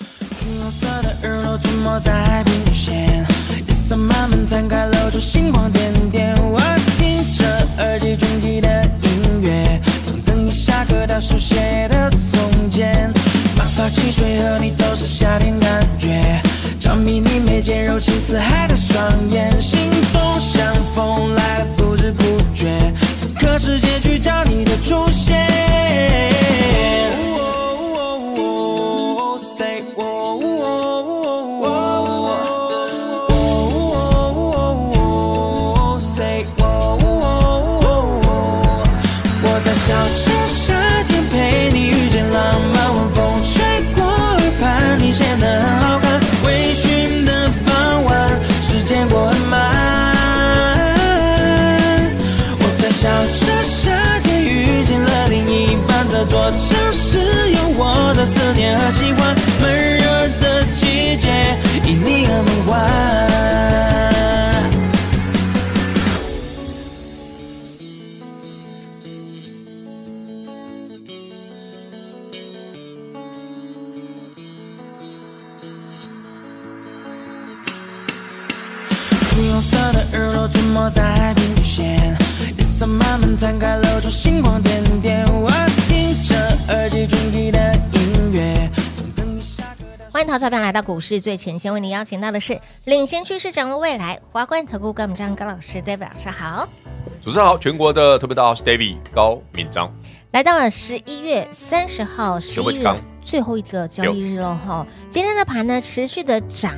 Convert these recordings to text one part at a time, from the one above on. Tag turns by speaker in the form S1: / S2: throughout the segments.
S1: 橘红色的日落沉没在海平线，夜色慢慢摊开，露出星光点点。我听着耳机中记的音乐，从等你下课到书写的从前，冒泡汽水和你都是夏天感觉，着迷你眉间柔情似海的双眼，心动像风来了不知不觉，此刻世界聚焦你的出现。Say oh, oh, oh, oh, say oh, oh, oh. 我在小城夏天陪你遇见浪漫，晚风吹过耳畔，你显得很好看。微醺的傍晚，时间过很慢。我在小城夏天遇见了另一半，这座城市有我的思念和喜欢。闷热的季节，因你而梦幻。橘红色的日落沉没在海平线，夜色慢慢摊开，露出星光点点。我听着耳机中记的音乐，从等你下课到。
S2: 欢迎投资朋友来到股市最前线，为您邀请到的是领先趋势、掌握未来华冠投顾高敏章高老师，David 老师好。
S3: 主持人好，全国的特别大号是 David 高敏章，
S2: 来到了十一月三十号，十
S3: 会
S2: 一日
S3: 刚
S2: 最后一个交易日喽哈。今天的盘呢持续的涨，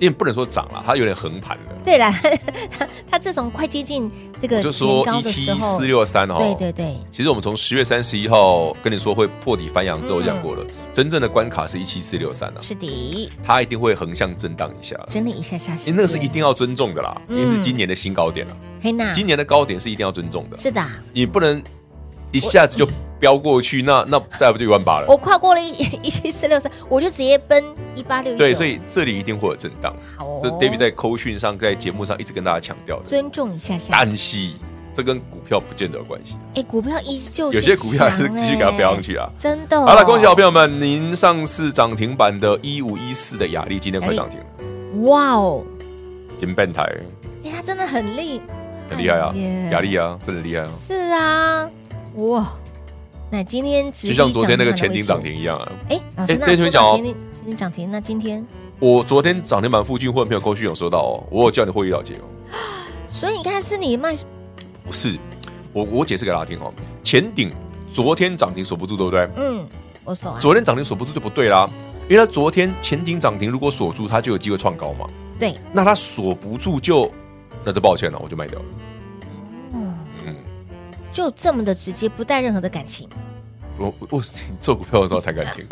S3: 因为不能说涨了，它有点横盘了，
S2: 对啦， 它它自从快接近这个
S3: 我就
S2: 前
S3: 说
S2: 高
S3: 一
S2: 的时
S3: 七
S2: 候
S3: 四，六三哦，
S2: 对对对，
S3: 其实我们从十月三十一号跟你说会破底翻扬之后讲过
S2: 嗯
S3: 了，真正的关卡是一七四六三啊，
S2: 是的，
S3: 它一定会横向震荡一下了，
S2: 真的一下下时
S3: 因
S2: 间，
S3: 哎为那个是一定要尊重的啦，因
S2: 嗯
S3: 为是今年的新高点了，
S2: 黑娜，
S3: 今年的高点是一定要尊重的，
S2: 是的，
S3: 你不能一下子就飙过去，那那再不就一万八了
S2: 我。跨过了一 一七四六三，我就直接奔一八六一
S3: 对，所以这里一定会有震荡，
S2: 好哦
S3: 这是 David 在扣讯上、在节目上一直跟大家强调的。
S2: 尊重一下下，
S3: 但是这跟股票不见得有关系，
S2: 哎，股票依旧
S3: 有些股票还是继续给它飙上
S2: 去，
S3: 去啊。
S2: 真的哦。
S3: 好了，恭喜好朋友们，您上次涨停板的一五一四的雅丽今天快涨停了，
S2: 哇哦，
S3: 金半台
S2: 哎，他真的很厉，
S3: 很厉害啊
S2: 哎耶，
S3: 雅丽啊，真的厉害啊，
S2: 是啊，哇，那今天直
S3: 就
S2: 逼
S3: 像昨天那个前
S2: 停
S3: 顶涨，停一样啊。
S2: 哎，老师，
S3: 哎
S2: 那
S3: 对
S2: 说
S3: 先讲
S2: 到
S3: 哦
S2: 前天前天涨停，那今天，
S3: 我昨天涨停板附近会朋友扣讯有收到哦，我有叫你会议了结哦。
S2: 所以你看是你卖，
S3: 不是，我我解释给大家听哦，前顶昨天涨停锁不住，对不对？
S2: 嗯，我手啊，
S3: 昨天涨停锁不住就不对啦，因为它昨天前顶涨停如果锁住，它就有机会创高嘛。
S2: 对，
S3: 那它锁不住就，那就抱歉了，我就卖掉了。
S2: 嗯，
S3: 嗯，
S2: 就这么的直接，不带任何的感情，
S3: 我我我你做股票的时候谈 感情，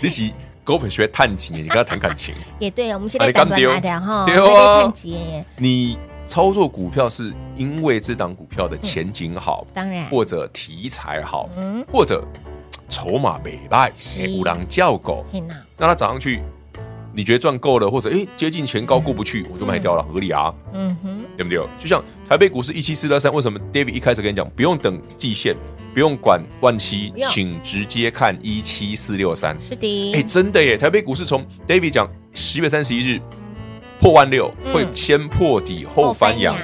S3: 你是狗粉学探情，你跟他谈感情，
S2: 也对，我们现
S3: 啊
S2: 在
S3: 你
S2: 赶
S3: 敢
S2: 快
S3: 丢
S2: 来的哈，
S3: 丢
S2: 那
S3: 啊
S2: 个探节，
S3: 你操作股票是因为这档股票的前景好，
S2: 当然，
S3: 或者题材好，
S2: 嗯，
S3: 或者筹码美败，
S2: 是
S3: 哎，五郎叫狗，
S2: 嘿娜，
S3: 那它涨上去，你觉得赚够了，或者哎、接近前高过不去，我就卖掉了，合理啊。
S2: 嗯哼，
S3: 对不对？就像台北股市一七四六三，为什么 David 一开始跟你讲不用等季线，不用管万七
S2: 不，用嗯
S3: 请直接看一七四六三。
S2: 是的，
S3: 哎，真的耶！台北股市从 David 讲十月三十一日破万六，
S2: 嗯
S3: 会先破底后翻扬
S2: 后，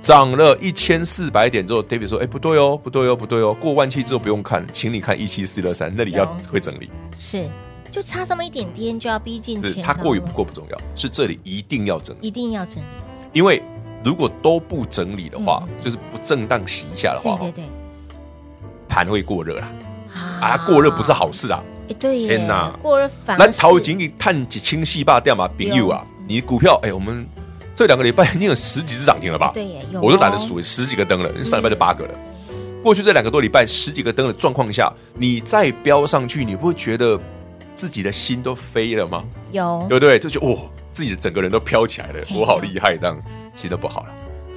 S3: 涨了一千四百点之后，David 说：“哎，不对哦，不对哦，不对哦，过万七之后不用看，请你看一七四六三，那里要
S2: 有
S3: 会整理。
S2: 是，就差这么一点点就要逼近
S3: 是
S2: 前
S3: 它
S2: 高
S3: 过与
S2: 了
S3: 不过不重要，是这里一定要整理，
S2: 一定要整理，
S3: 因为如果都不整理的话
S2: 嗯，
S3: 就是不震荡洗一下的话
S2: 对
S3: 哦，
S2: 对对。
S3: 盘会过热啦，
S2: 啊啊
S3: 啊，过热不是好事啊。
S2: 哎对耶，
S3: 天哪
S2: 过热反
S3: 那
S2: 而
S3: 淘
S2: 是
S3: 金你探几清细吧，掉嘛，朋友啊，你股票哎，我们这两个礼拜你有十几只涨停了吧？
S2: 对耶，有嗯
S3: 我都懒
S2: 哦
S3: 得数了十几个灯了，上礼拜就八个了。过去这两个多礼拜十几个灯的状况下，你再飙上去，你不会觉得自己的心都飞了吗？
S2: 有
S3: 对不对？就觉得哇，哦自己整个人都飘起来了，
S2: 嗯嘿
S3: 我好厉害，这样其实都不好了。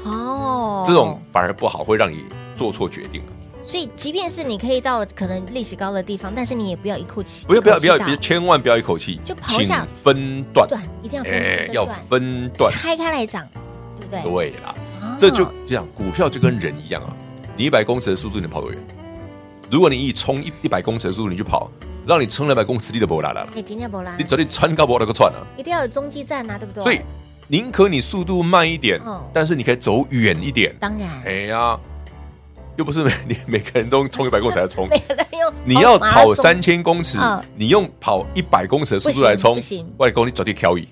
S2: 哦，
S3: 这种反而不好，会让你做错决定了。
S2: 所以，即便是你可以到可能历史高的地方，但是你也不要一口气，
S3: 不要不要
S2: 一口
S3: 不
S2: 气
S3: 要，
S2: 到
S3: 别千万不要一口气，
S2: 就跑一
S3: 请
S2: 下
S3: 分段，
S2: 段，一定要分
S3: 哎
S2: 时分
S3: 要
S2: 段，
S3: 分段，
S2: 拆开来讲，对不对？
S3: 对啦，
S2: 哦
S3: 啊这就这样，股票就跟人一样啊，你一百公尺的速度你能跑多远？如果你以冲一一百公尺的速度你去跑，让你冲两百公尺你都不拉啦，
S2: 哎，今天不啦
S3: 你，走你穿高不那个穿啊。
S2: 一定要有中继站呐，对不对？
S3: 所以宁可你速度慢一点
S2: 嗯，
S3: 但是你可以走远一点。
S2: 当然，
S3: 哎呀，又不是每 你每个人都冲一百公尺 来冲，
S2: 每个人啊用哦
S3: 你要
S2: 马拉
S3: 跑
S2: 松
S3: 三千公尺
S2: 嗯，
S3: 你用跑一百公尺的速
S2: 不
S3: 度
S2: 行
S3: 来冲
S2: 不行，
S3: 外公你绝对挑一，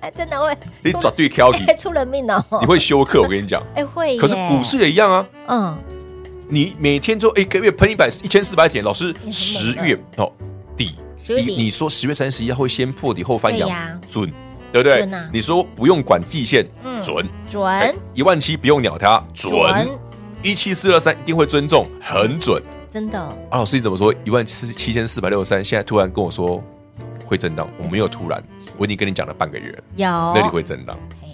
S2: 哎真的会
S3: 你
S2: 出
S3: 绝对挑 一，
S2: 哎出人命哦，
S3: 你会休克，我跟你讲。
S2: 哎会耶，
S3: 可是股市也一样啊，
S2: 嗯
S3: 你每天都一个月喷一百一千四百点，老师
S2: 也很
S3: 十
S2: 猛的啊
S3: 月哦底，
S2: 十月
S3: 你
S2: 底
S3: 你说十月三十一会先破底后翻
S2: 对
S3: 阳
S2: 呀，
S3: 准，对不对
S2: 准啊？
S3: 你说不用管季线
S2: 嗯，
S3: 准。哎
S2: 准
S3: 一万七不用鸟它，准一七四二三一定会尊重，很准。
S2: 真的
S3: 啊，老师你怎么说？一万七七千四百六十三，现在突然跟我说会震荡，我没有突然，我已经跟你讲了半个月了，
S2: 有
S3: 那你会震荡，
S2: 哎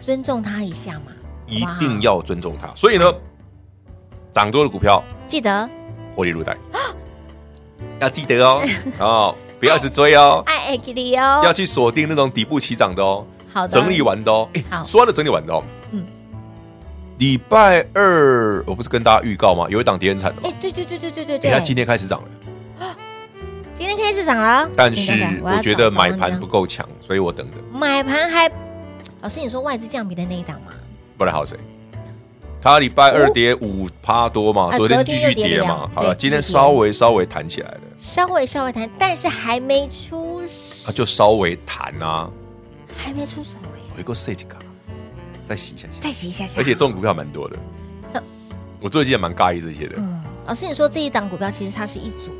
S2: 尊重他一下嘛，
S3: 一
S2: 哇
S3: 定要尊重它。所以呢，涨多的股票
S2: 记得
S3: 获利入袋，要记得 哦，哦，不要一直追哦，
S2: 爱爱给你哦，
S3: 要去锁定那种底部起涨的哦，
S2: 好的
S3: 整理完的哦。诶
S2: 好
S3: 说完了整理完的哦，
S2: 嗯
S3: 嗯，礼拜二我不是跟大家预告吗？有一档跌很惨的嘛
S2: 哎，对对对对对对
S3: 哎，
S2: 对，
S3: 它今天开始涨了，
S2: 今天开始涨了，
S3: 但
S2: 你
S3: 是
S2: 看看要
S3: 我觉得
S2: 找
S3: 买
S2: 什么
S3: 盘
S2: 呢
S3: 不够强，所以我等等，
S2: 买盘还，老师你说外资降频的那一档吗？
S3: 不然还有谁？它礼拜二跌五趴多嘛，
S2: 啊
S3: 昨天继
S2: 昨
S3: 续跌
S2: 天又跌了
S3: 嘛
S2: 呀，
S3: 好了，
S2: 对
S3: 今天
S2: 继续跌
S3: 稍微稍微弹起来了，
S2: 稍微稍微谈，但是还没出手，
S3: 它啊就稍微弹啊，
S2: 还没出手哎、
S3: 回个 C 几个，啊再洗一下下，
S2: 再洗一下下。
S3: 而且这种股票蛮多的
S2: 呵，
S3: 我最近也蛮尬意这些的。
S2: 嗯，老师你说这一档股票其实它是一组，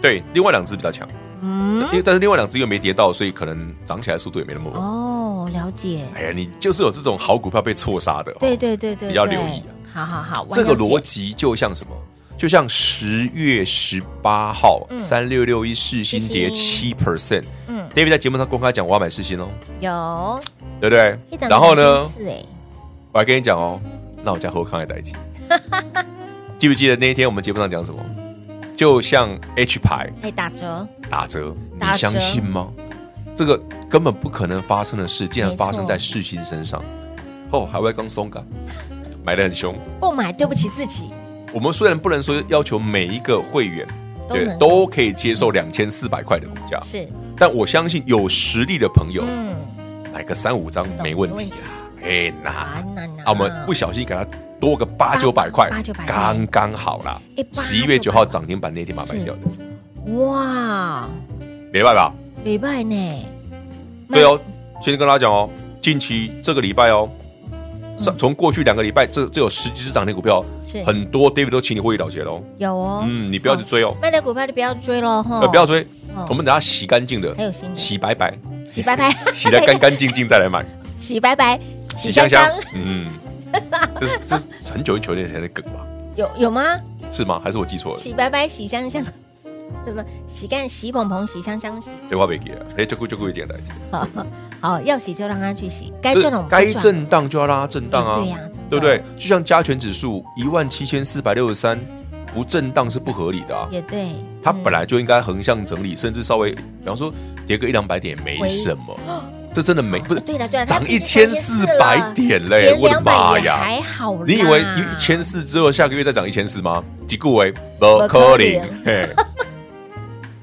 S3: 对，另外两只比较强，
S2: 嗯，
S3: 因为但是另外两只又没跌到，所以可能涨起来速度也没那么猛。
S2: 哦，了解，
S3: 哎呀，你就是有这种好股票被错杀的，
S2: 对对对对，
S3: 比较
S2: 对
S3: 留意啊
S2: 好好好，我
S3: 这个
S2: 了解
S3: 逻辑就像什么？就像十月十八号
S2: 嗯，
S3: 三六六一世新跌
S2: 世
S3: 七 percent。
S2: 嗯
S3: David 在节目上公开讲我要买世新哦，
S2: 有
S3: 对不对
S2: 一档，？
S3: 然后呢，
S2: 是哎，
S3: 我还跟你讲哦，那我家何康也在 一起。记不记得那一天我们节目上讲什么？就像 H 牌
S2: 哎打折，
S3: 打折，你
S2: 打折
S3: 相信吗？这个根本不可能发生的事，竟然
S2: 没错
S3: 发生在世新身上。哦，海外刚松港 买的很凶。
S2: 不买对不起自己，
S3: 我们虽然不能说要求每一个会员
S2: 都能够
S3: 都可以接受两千四百块的股价，
S2: 是，
S3: 但我相信有实力的朋友
S2: 嗯，
S3: 买个三五张
S2: 懂
S3: 没问
S2: 没问
S3: 题
S2: 题
S3: 啊。哎，那
S2: 啊
S3: 啊，
S2: 那那
S3: 我们不小心给他多个八九百块
S2: 八九百，块
S3: 刚刚好啦
S2: 哎。八
S3: 十一月九号涨停板那天把它卖掉的，
S2: 哇，
S3: 没办法。
S2: 礼拜呢，
S3: 对哦，先跟大家讲哦，近期这个礼拜哦，上从过去两个礼拜，这这有十几只涨停股票
S2: 嗯是，
S3: 很多 David 都请你获利了结喽。
S2: 有哦，
S3: 嗯，你不要去追哦。
S2: 卖的股票就不要追喽，哈
S3: 呃，不要追
S2: 哦，
S3: 我们等下洗干净的
S2: 还有新，的
S3: 洗白 白，
S2: 洗拜拜，
S3: 洗得干干净净再来买，
S2: 洗拜拜，
S3: 洗香香，嗯，这是这是很久很久以前的梗吧？
S2: 有有吗？
S3: 是吗？还是我记错了？
S2: 洗白白，洗香香， 什么洗干洗蓬蓬，洗香香，洗
S3: 对，我没记啊，哎，就故就故一点代志，
S2: 好好要洗就让它去洗，该
S3: 就是
S2: 赚的我们
S3: 该
S2: 就赚
S3: 震荡就要让它震荡啊，
S2: 哎对呀真的
S3: 对不对？就像加权指数一万七千四百六十三，不震荡是不合理的啊。
S2: 也对，嗯
S3: 它本来就应该横向整理，甚至稍微，比方说跌个一两百点也没什么，这真的没不是
S2: 啊对了对了，它
S3: 涨
S2: 毕
S3: 一
S2: 竟
S3: 千
S2: 涨
S3: 四
S2: 1400
S3: 百
S2: 了
S3: 点
S2: 跌
S3: 嘞，我的
S2: 200
S3: 妈
S2: 也
S3: 呀！
S2: 还好啦，
S3: 你以为一千四之后下个月再涨一千四吗？几顾为不
S2: 可能
S3: 可能，嘿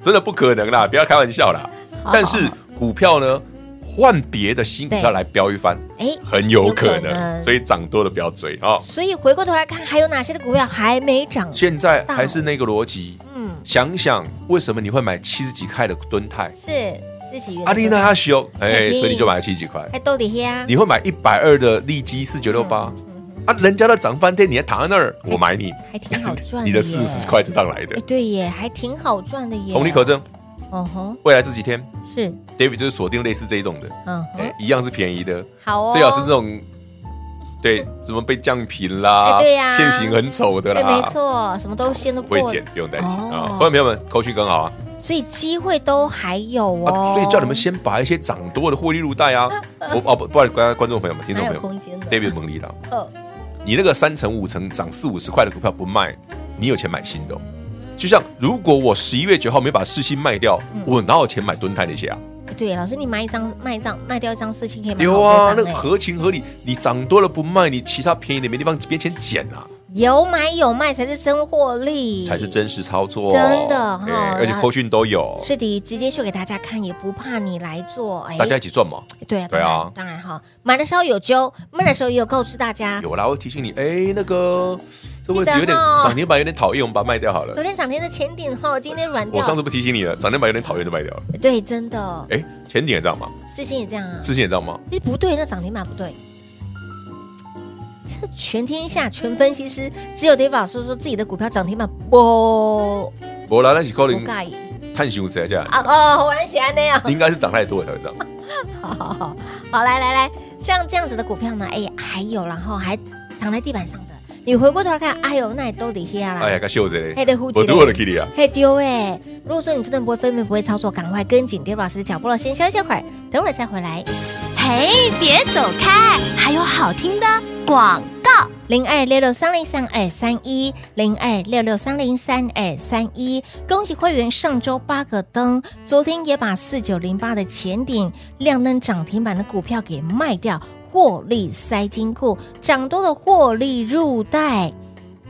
S3: 真的不可能啦！不要开玩笑啦。
S2: 好
S3: 但是股票呢，换别的新股票
S2: 对
S3: 来飙一番，
S2: 哎，
S3: 很有可
S2: 有可能
S3: 能。所以涨多了不要追啊！
S2: 所以回过头来看，还有哪些的股票还没涨？
S3: 现在还是那个逻辑，
S2: 嗯，
S3: 想想为什么你会买七十几块的吨泰？
S2: 是四喜元，
S3: 阿丽娜哈西欧，哎，
S2: 肯定
S3: 所以你就买了七十几块。
S2: 还兜底呀，
S3: 你会买一百二的利基四九六
S2: 嗯
S3: 八啊？人家都涨翻天，你还躺在那儿，我买你，
S2: 还哎挺好赚，
S3: 你的四十，块就上来的
S2: 哎，，对耶，还挺好赚的耶，
S3: 同理可，证。
S2: 嗯哼，
S3: 未来这几天
S2: 是，
S3: ，David 就是锁定类似这一种的，
S2: 嗯
S3: 哎
S2: 哼，，
S3: 一样是便宜的，
S2: 好哦，
S3: 最好是那种，对，什么被降频啦，
S2: 哎对呀
S3: 现形很丑的
S2: 对，
S3: 啦，
S2: 没，错，什么都先都
S3: 不
S2: 破
S3: 会
S2: 了，
S3: 剪，不用担心
S2: 哦
S3: 啊。观众朋友们，扣讯更好啊，
S2: 所以机会都还有哦。
S3: 啊，所以叫你们先把一些涨多的获利入袋 啊！我哦不，不好意思，观观众朋友们、听众朋友
S2: 还有空
S3: 们
S2: 间的
S3: ，David 蒙利啦，
S2: 哦，
S3: 你那个三成五成涨四五十块的股票不卖，你有钱买新的、哦。就像如果我十一月九号没把世信卖掉，
S2: 嗯
S3: 我哪有钱买敦泰那些啊？
S2: 对，老师，你买一张卖一张卖掉一张事情可以买
S3: 有
S2: 好
S3: 啊，
S2: 多
S3: 那
S2: 张
S3: 个
S2: 欸
S3: 合情合理，你涨多了不卖，你其他便宜的没地方没钱捡啊，
S2: 有买有卖才是真获利，
S3: 才是。真实操作，
S2: 嗯
S3: 哦
S2: 真的哈
S3: 哎而且
S2: 然后
S3: 扣讯都有，
S2: 是的，直接秀给大家看，也不怕你来做。哎，
S3: 大家一起赚嘛。
S2: 对啊，
S3: 对啊
S2: 当然当然哈，买的时候有揪，卖的时候也有告知大家。
S3: 有啦，我会提醒你，哎，那个这位置有
S2: 啊记得
S3: 点
S2: 哦
S3: 涨停板有点讨厌，我们把它卖掉好了
S2: 昨。天涨停的前顶哈，今天软
S3: 我
S2: 掉。
S3: 上次不提醒你了，涨停板有点讨厌就卖掉了。
S2: 对，真的，
S3: 哎，前点也这样嘛，
S2: 事情也这样啊。
S3: 之前也这样嘛，
S2: 哎，不对，那涨停板不对。这全天下全分析师只有 Dave 老师说自己的股票涨停板不
S3: 我啦，那是高
S2: 不
S3: 龄
S2: 介意
S3: 探险者这样，
S2: 啊哦，我很喜欢那样。
S3: 你应该是涨太多了才会这样。
S2: 嗯好好 好，好来来来，像这样子的股票呢，哎，还有，然后还躺在地板上的，你回过头来看，哎呦，那也都底下啦。
S3: 哎呀，该秀谁
S2: 嘿
S3: 嘞？
S2: 得呼吸
S3: 我
S2: 嘞
S3: 多了 Kitty 啊，
S2: 嘿丢哎！如果说你真的不会分辨、不会操作，赶快跟紧 d a v 老师的脚步了。先休息会儿，等会儿再回来。
S4: 嘿，别走开，还有好听的广告。
S2: 零二六六三零三二三一，零二六六三零三二三一。恭喜会员上周八个灯，昨天也把四九零八的前顶亮灯涨停板的股票给卖掉，获利塞金库，涨多的获利入袋，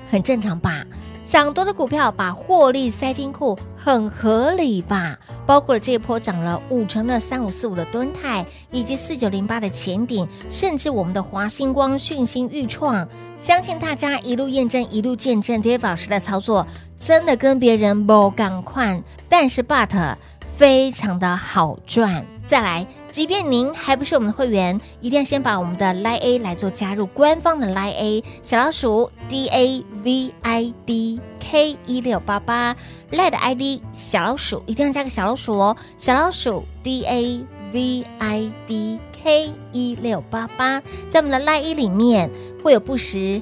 S2: 很正常吧？涨多的股票把获利塞金库，很合理吧？包括了这一波涨了五成的三五四五的敦泰，以及四九零八的前顶，甚至我们的华星光、讯星、裕创，相信大家一路验证，一路见证 Dave 老师的操作，真的跟别人不赶快，但是 but 非常的好赚。再来，即便您还不是我们的会员，一定要先把我们的 Line A 来做加入，官方的 Line A 小老鼠 D A V I D K 一六八八 Line 的 ID 小老鼠，一定要加个小老鼠哦，小老鼠 D A V I D K 一六八八，在我们的 Line A 里面会有不时。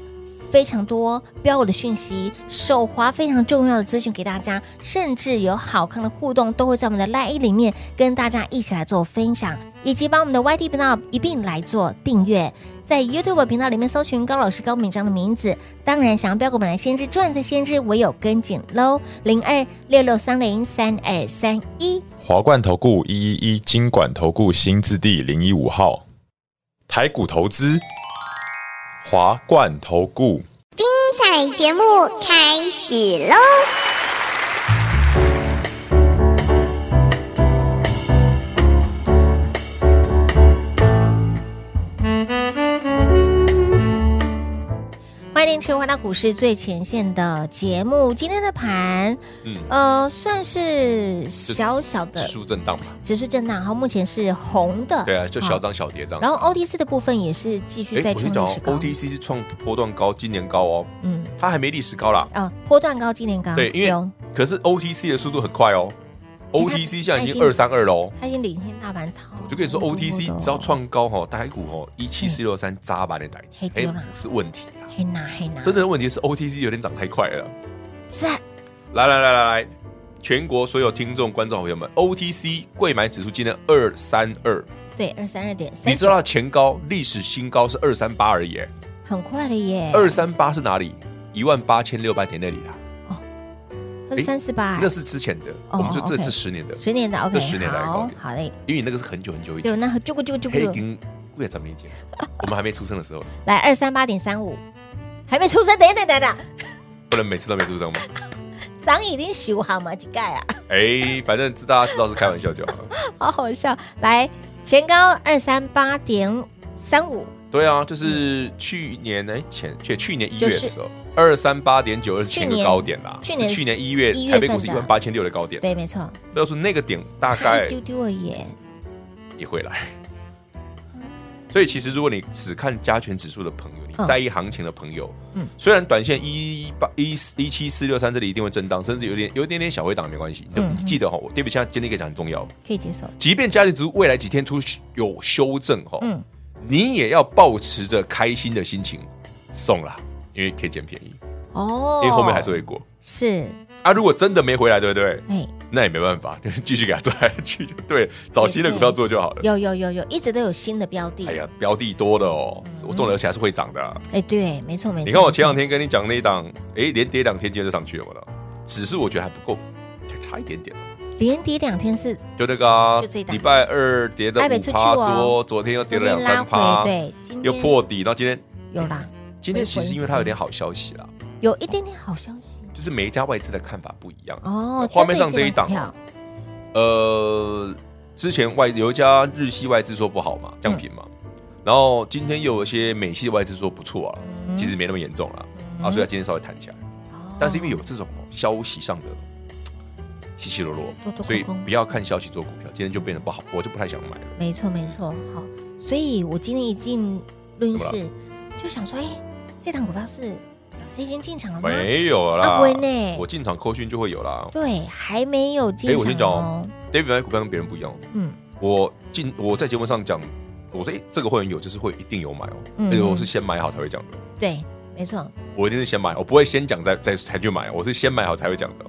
S2: 非常多标我的讯息，手滑非常重要的资讯给大家，甚至有好看的互动，都会在我们的 Line 里面跟大家一起来做分享，以及把我们的 YT 频道一并来做订阅。在 YouTube 频道里面搜寻高老师高敏章的名字，当然想要标股本来先知赚在先知，唯有跟紧喽。零二六六三零三二三一，
S5: 华冠投顾一一一金管投顾新字第零一五号，台股投资，华冠投顾。
S6: 彩节目开始喽！
S2: 欢迎您持续回到股市最前线的节目。今天的盘，
S3: 嗯，
S2: 呃，算是小小的
S3: 指数震荡嘛，
S2: 指数震荡，然后目前是红的，
S3: 对啊，就小
S2: 好。
S3: 涨小跌这样。
S2: 然后 OTC 的部分也是继续在
S3: 哎，我
S2: 创
S3: 先讲
S2: 历
S3: 哦
S2: 史高，
S3: ，OTC 是创波段高，今年高哦，
S2: 嗯，
S3: 它还没历史高啦。
S2: 哦，波段高，今年高，
S3: 对，因为
S2: 啊有
S3: 可是 OTC 的速度很快哦，OTC 现在已
S2: 它已
S3: 经
S2: 经
S3: 二三二喽。
S2: 它已经领先大盘逃，
S3: 我就跟你说，OTC
S2: 哦
S3: 只要，创高哈，台股哈一七四六三扎板的代
S2: 嘿
S3: 金，
S2: 对啦
S3: 不是问题啊。
S2: 黑拿黑拿，
S3: 真正的问题是 OTC 有点涨太快了。
S2: 在
S3: 来来来来来，全国所有听众、观众朋友们，OTC 贵买指数今天二三二，
S2: 对二三二点三，
S3: 你知道它前高历史新高是二三八而已，
S2: 很快了耶，
S3: 二三八是哪里？一万八千六百点那里啦，
S2: 二三四八
S3: 那，是之前的，
S2: 哦
S3: 我们就这
S2: OK
S3: 是十年的，
S2: 十年的 OK，
S3: 这十年来的高
S2: 好
S3: 点
S2: 好嘞，
S3: 因为那个是很久很久以
S2: 对，
S3: 前，
S2: 那就过就过就
S3: 黑
S2: 过，
S3: 金贵咱们年前，我们还没出生的时候，
S2: 来二三八点三五，还没出生，等一等等一等，
S3: 不能每次都没出生吗？
S2: 咱已经修好嘛几盖啊，
S3: 哎，反正知大家知道是开玩笑就好了。
S2: 好好笑，来前高二三八点三五，
S3: 对啊，就是去年哎前去去年一
S2: 嗯就
S3: 月
S2: 是
S3: 的时候，二三八点九二是前
S2: 去
S3: 个
S2: 年
S3: 高点啦，
S2: 去年
S3: 是去年一月
S2: 1月
S3: 台北股市一
S2: 份的
S3: 万八千六的高点，
S2: 对，没错，
S3: 要是那个点大
S2: 差
S3: 概
S2: 一丢丢而已。
S3: 也会来。所以其实如果你只看加权指数的朋友，你
S2: 嗯
S3: 在意行情的朋友，
S2: 嗯
S3: 嗯，虽然短线一八一一七四六三这里一定会震荡，甚至有点有一点点小回档没关系，
S2: 嗯
S3: 你记得哈，我 David 现在今天可以讲很重要，
S2: 可以接受。
S3: 即便加权指数未来几天突有修正哈，
S2: 嗯
S3: 你也要保持着开心的心情送啦，因为可以捡便宜，
S2: 哦
S3: 因为后面还是会过
S2: 是
S3: 啊。如果真的没回来，对不对？
S2: 哎，
S3: 那也没办法， 就是继续给它做下去就对了，找新的股票做就好了。
S2: 有有有有，一直都有新的标的。
S3: 哎
S2: 哎
S3: 呀，标的多的哦，我中了而且还是会涨的啊、
S2: 对，没嗯错没错。
S3: 你看我前两天跟你讲那一档，哎，连跌两天，今天就上去了嘛了。只是我觉得还不够，才差一点点。
S2: 连跌两天是
S3: 就那个、啊
S2: 就这一、档
S3: 礼拜二跌的
S2: 台北
S3: 五
S2: 出去
S3: 趴
S2: 哦
S3: 多，昨天又跌了
S2: 昨
S3: 两
S2: 天拉
S3: 三趴，
S2: 回，对，今
S3: 又
S2: 天
S3: 破底，然后今天
S2: 有啦，
S3: 今天其实因为它有点好消息啦，
S2: 有一点点好消息
S3: 就是每一家外资的看法不一样。
S2: 哦。
S3: 画面上这一
S2: 针对
S3: 档
S2: 这档股
S3: 呃，之前外有一家日系外资说不好嘛，降平嘛，
S2: 嗯
S3: 然后今天又有一些美系外资说不错啊，
S2: 嗯
S3: 其实没那么严重啦，
S2: 嗯
S3: 啊，所以它今天稍微弹起来，
S2: 票哦
S3: 但是因为有这种消息上的起起落落，
S2: 多多空空
S3: 所以不要看消息做股票，今天就变得不好，我就不太想买了。
S2: 没错没错，好，所以我今天一进录音
S3: 怎么
S2: 室就想说，哎，这档股票是有谁先进场了吗？
S3: 没有啦，
S2: 啊不会呢
S3: 我进场扣讯就会有啦。
S2: 对，还没有进
S3: 哎，
S2: 场
S3: 我先讲哦
S2: 哦。
S3: ，David 买股票跟别人不一样哦，
S2: 嗯，
S3: 我进我在节目上讲，我说哎，这个会员有就是会一定有买哦，
S2: 嗯
S3: 而且我是先买好才会讲的，
S2: 对，没错。
S3: 我一定是先买，我不会先讲再再才去买，我是先买好才会讲
S2: 哦
S3: 的。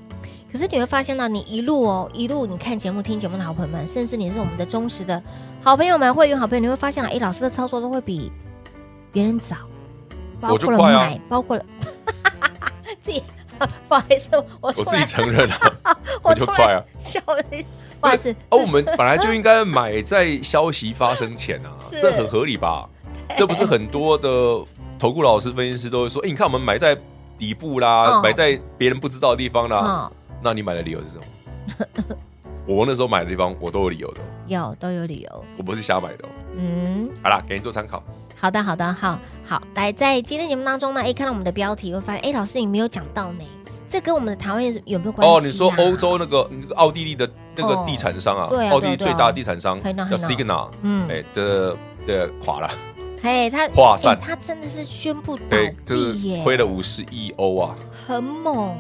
S2: 可是你会发现到，你一路哦，一路你看节目、听节目的好朋友们，甚至你是我们的忠实的好朋友们、会员好朋友，你会发现到，哎，老师的操作都会比别人早，包
S3: 我就
S2: 括了
S3: 快啊
S2: 买，包括了 自己， 不好意思，我
S3: 我
S2: 突
S3: 自己
S2: 然
S3: 承认啊，我就
S2: 突
S3: 快
S2: 然
S3: 啊。
S2: 笑了一， 不好意思，
S3: 哦，我们本来就应该买在消息发生前啊，
S2: 是
S3: 这很合理吧？ 这不是很多的投顾老师、分析师都会说，哎，你看我们买在底部啦，
S2: 哦
S3: 买在别人不知道的地方啦。
S2: 哦，
S3: 那你买的理由是什么？ 我那时候买的地方，我都有理由的哦，
S2: 有都有理由，
S3: 我不是瞎买的哦。
S2: 嗯。
S3: 好啦，给你做参考。
S2: 好的，好的，好好来，在今天节目当中呢，哎，看到我们的标题，会发现，哎，老师你没有讲到呢，这跟我们的台湾有没有关系、啊？
S3: 哦，你说欧，洲那个那个奥地利的那个地产商啊
S2: 哦对，啊
S3: 奥地利
S2: 对啊对啊
S3: 最大的地产商
S2: 很闹
S3: 叫
S2: 很闹
S3: Signa，
S2: 嗯，
S3: 哎的的垮了，
S2: 嘿，他
S3: 化散
S2: 哎他真的是宣布倒
S3: 对，就
S2: 闭
S3: 是
S2: 耶，
S3: 亏了五十亿欧啊。
S2: 很猛，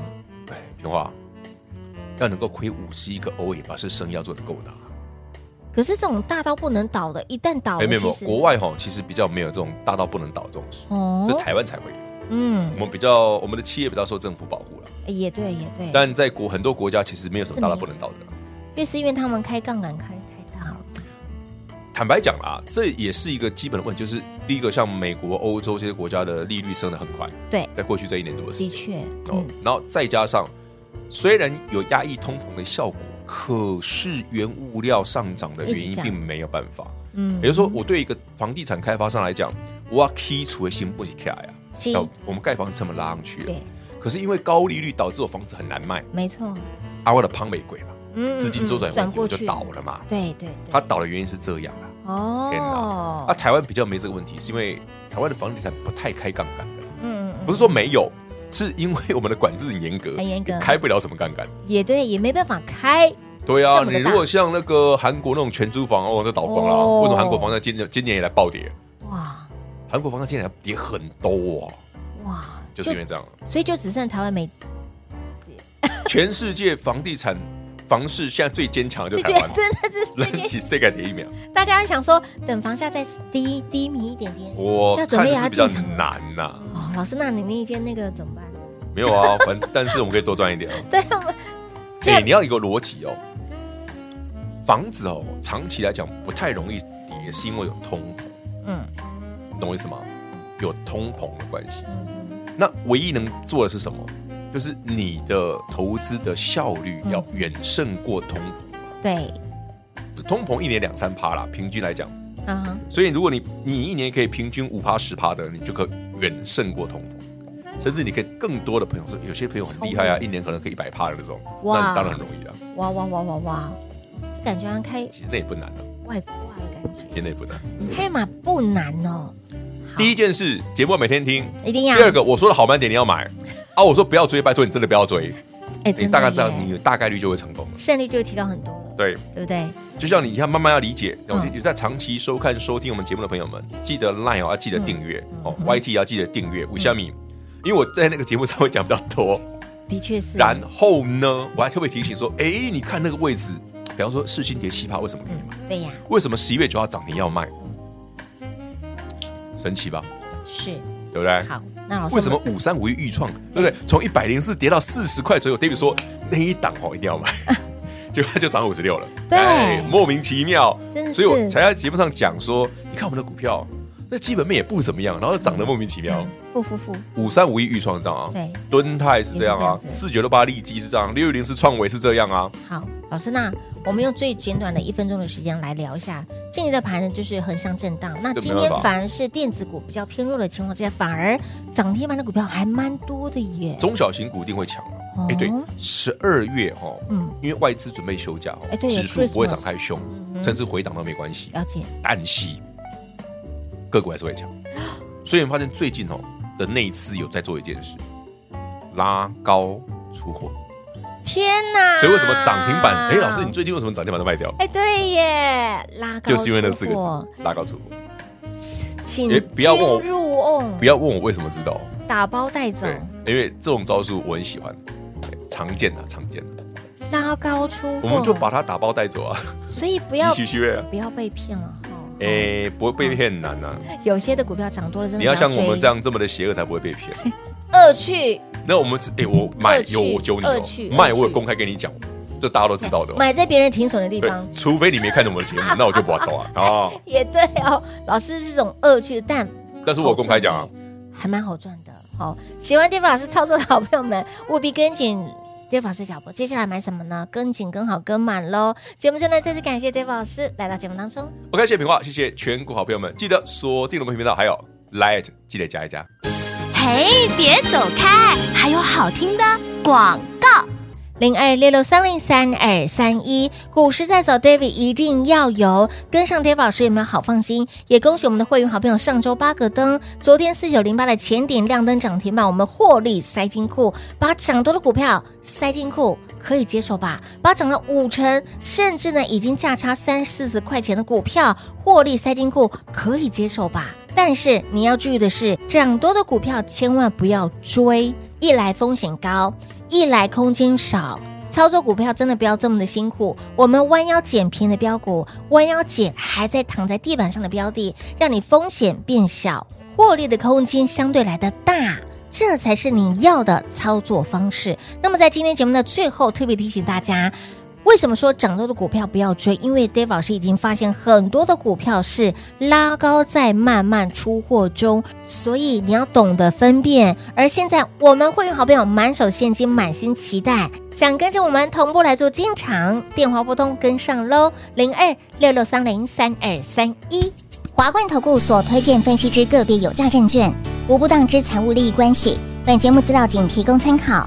S3: 哎，平华，要能够亏五十一个欧，也表示生意要做得够大。
S2: 可是这种大到不能倒的，一旦倒
S3: 哎，
S2: 了，
S3: 没有没
S2: 哦其实
S3: 有，国外哈其实比较没有这种大到不能倒这种事，
S2: 哦
S3: 就，台湾才会有。我
S2: 嗯，哎
S3: 们比较我们的企业比较受政府保护了，
S2: 也对也对，
S3: 但在国很多国家其实没有什么大到不能倒的啦。
S2: 越是因为他们开杠杆开太大了，
S3: 坦白讲啦，这也是一个基本的问题，就是第一个，像美国、欧洲这些国家的利率升得很快，
S2: 对，
S3: 在过去这一年多的时
S2: 的
S3: 间，
S2: 确，
S3: 哦
S2: 嗯，，
S3: 然后再加上虽然有压抑通膨的效果，可是原物料上涨的原
S2: 一直
S3: 因
S2: 涨
S3: 并没有办法。
S2: 嗯，
S3: 也就是说，我对一个房地产开发商来讲，我要 key 除的心不是 key 啊，
S2: 是
S3: 像我们盖房子成本拉上去了啊
S2: 对，
S3: 可是因为高利率导致我房子很难卖，
S2: 没错，
S3: 啊，我的庞美贵嘛，
S2: 嗯，
S3: 资金周转
S2: 嗯嗯
S3: 问
S2: 转
S3: 题我
S2: 过
S3: 就
S2: 去
S3: 倒，了嘛。
S2: 对对对，
S3: 它倒的原因是这样啊啦。天
S2: 哦
S3: 啊，，台湾比较没这个问题，是因为台湾的房地产不太开杠杆的，
S2: 嗯嗯嗯
S3: 不是说没有，是因为我们的管制很严格，
S2: 很严格
S3: 也开不了什么杠杆。
S2: 也对，也没办法开，
S3: 对啊，
S2: 这么
S3: 你
S2: 的大
S3: 如果像那个韩国那种全租房哦，都倒光了啊、
S2: 哦
S3: 为什么韩国房价今年今年也来暴跌？
S2: 哇
S3: 韩国房价今年跌很多哦，
S2: 哇，
S3: 就是因为 这样，
S2: 所以就只剩台湾没，
S3: 全世界房地产房市现在最坚强的就
S2: 就觉
S3: 是台
S2: 得
S3: 湾，
S2: 真的是这
S3: 人
S2: 件，
S3: 起世界第一名。
S2: 大家会想说，等房价再低低迷一点点。
S3: 我
S2: 要准
S3: 看
S2: 备也
S3: 的
S2: 要
S3: 是比较
S2: 进场了
S3: 难呐、
S2: 哦，老师，那你那一件那个怎么办？
S3: 没有啊，反但是我们可以多赚一点哦。
S2: 对我们这
S3: 哎、
S2: 样
S3: 你要有一个逻辑哦，房子哦，长期来讲不太容易跌，是因为有通膨，
S2: 嗯
S3: 你懂我意思吗？有通膨的关系。那唯一能做的是什么？就是你的投资的效率要远胜过通膨嘛。
S2: 对，
S3: 通膨一年两三趴啦，平均来讲。
S2: 嗯哼，
S3: 所以如果你你一年可以平均五趴十趴的，你就可以远胜过通膨，甚至你可以更多的朋友说，哎有些朋友很厉害啊，一年可能可以一百趴的那种，
S2: 哇
S3: 那当然很容易啊。
S2: 哇哇哇哇哇，这感觉像开
S3: 其实那也不难啊，
S2: 外挂的感觉，
S3: 也那也不难。
S2: 开码不难哦。好
S3: 第一件事，节目每天听。
S2: 一定
S3: 第
S2: 要，
S3: 二个，我说的好慢点，你要买啊！我说不要追，拜托你真的不要追，
S2: 哎，
S3: 你
S2: 真
S3: 大概
S2: 的
S3: 这样，
S2: 耶
S3: 你大概率就会成功了。
S2: 胜率就会提高很多了，
S3: 对，
S2: 对不对？
S3: 就像你要慢慢要理解，有
S2: 嗯
S3: 有在长期收看、收听我们节目的朋友们，记得 Line 哦，要记得订阅
S2: 嗯
S3: 哦，YT 也要记得订阅。五虾米，因为我在那个节目上会讲比较多。
S2: 的确是。
S3: 然后呢，我还特别提醒说，哎，你看那个位置，比方说世新跌七趴，为什么可以买？
S2: 嗯对呀，
S3: 为什么十一月九号涨停要卖？
S2: 嗯
S3: 神奇吧，
S2: 是
S3: 对不对？
S2: 好。那老师，
S3: 哎为什么五三五一预创，对不对？从一百零四跌到四十块左右 ，David 说那一档哦一定要买，结果它就涨五十六了，哎
S2: 对
S3: 莫名其妙
S2: 真的，
S3: 所以我
S2: 是
S3: 才在节目上讲说，你看我们的股票，那基本面也不怎么样，然后涨得莫名其妙，
S2: 负负负，
S3: 五三五一预创这样啊，
S2: 嗯对，
S3: 敦泰是这样啊，
S2: 也是
S3: 四九六八利基是这样，六一零四创维是这样啊，
S2: 好，老师，那我们用最简短的一分钟的时间来聊一下今天的盘呢，就是横向震荡。那
S3: 对
S2: 今
S3: 没
S2: 天
S3: 办法
S2: 反而是电子股比较偏弱的情况之下，反而涨停板的股票还蛮多的耶。
S3: 中小型股一定会强啊
S2: 哦。
S3: 哎，对，十二月哈，
S2: 嗯
S3: 因为外资准备休假哦
S2: 哎，对
S3: 指数不会
S2: Christmas 嗯
S3: 涨太凶，甚至回档都没关系。
S2: 了解，
S3: 但是个股还是会强。所以我们发现最近哦的内资有在做一件事，拉高出货。
S2: 天哪！
S3: 所以为什么涨停
S2: 啊
S3: 板？哎，老师，你最近为什么涨停板都卖掉？
S2: 哎，对耶，拉高
S3: 就是因为那四个
S2: 出货，
S3: 字，拉高出货。
S2: 请
S3: 哎不要问我
S2: 君入瓮，
S3: 不要问我为什么知道哦，
S2: 打包带走，
S3: 对，因为这种招数我很喜欢，对常见的常见的，
S2: 拉高出货，
S3: 我们就把它打包带走啊，
S2: 所以不
S3: 急
S2: 要
S3: 需虚位啊。
S2: 不要被骗了哈。
S3: 哎，不会被骗很难呐，
S2: 有些的股票涨多了，真的
S3: 你要像
S2: 嗯追
S3: 我们这样这么的邪恶才不会被骗。
S2: 恶趣
S3: 那我们只哎，我买
S2: 恶趣
S3: 有我揪你
S2: 恶趣
S3: 哦，卖
S2: 恶
S3: 我有
S2: 趣
S3: 公开跟你讲，这大家都知道的哦。
S2: 买在别人停损的地
S3: 对
S2: 方，。
S3: 除非你没看懂我 的节目，那我就不要懂啊。啊，
S2: 也对哦，老师是这种恶趣的，但
S3: 但是我公开讲 啊，
S2: 还蛮好赚的。好、喜欢 Dave 老师操作的好朋友们，务必跟紧 Dave 老师脚步。接下来买什么呢？跟紧、跟好、跟满喽！节目最后呢，再次感谢 Dave 老师来到节目当中。
S3: OK，谢谢平话，谢谢全国好朋友们，记得锁定我们频道，还有 Light 记得加一加。
S4: 嘿，别走开，还有好听的广告。
S2: 零二六六三零三二三一，股市在走，David 一定要有跟上 David 老师有没有好放心？也恭喜我们的会员好朋友上周八个灯，昨天四九零八的前顶亮灯涨停板，我们获利塞金库，把涨多的股票塞金库。可以接受吧？把涨了五成，甚至呢已经价差三四十块钱的股票获利塞金库，可以接受吧？但是你要注意的是，涨多的股票千万不要追，一来风险高，一来空间少。操作股票真的不要这么的辛苦，我们弯腰捡便宜的标股，弯腰捡还在躺在地板上的标的，让你风险变小，获利的空间相对来的大。这才是你要的操作方式。那么在今天节目的最后，特别提醒大家，为什么说涨多的股票不要追？因为 Dave 老师已经发现很多的股票是拉高在慢慢出货中，所以你要懂得分辨。而现在我们会员好朋友满手现金，满心期待，想跟着我们同步来做进场，电话拨通跟上喽，零二六六三零三二三一。
S6: 华冠投顾所推荐分析之个别有价证券，无不当之财务利益关系。本节目资料仅提供参考，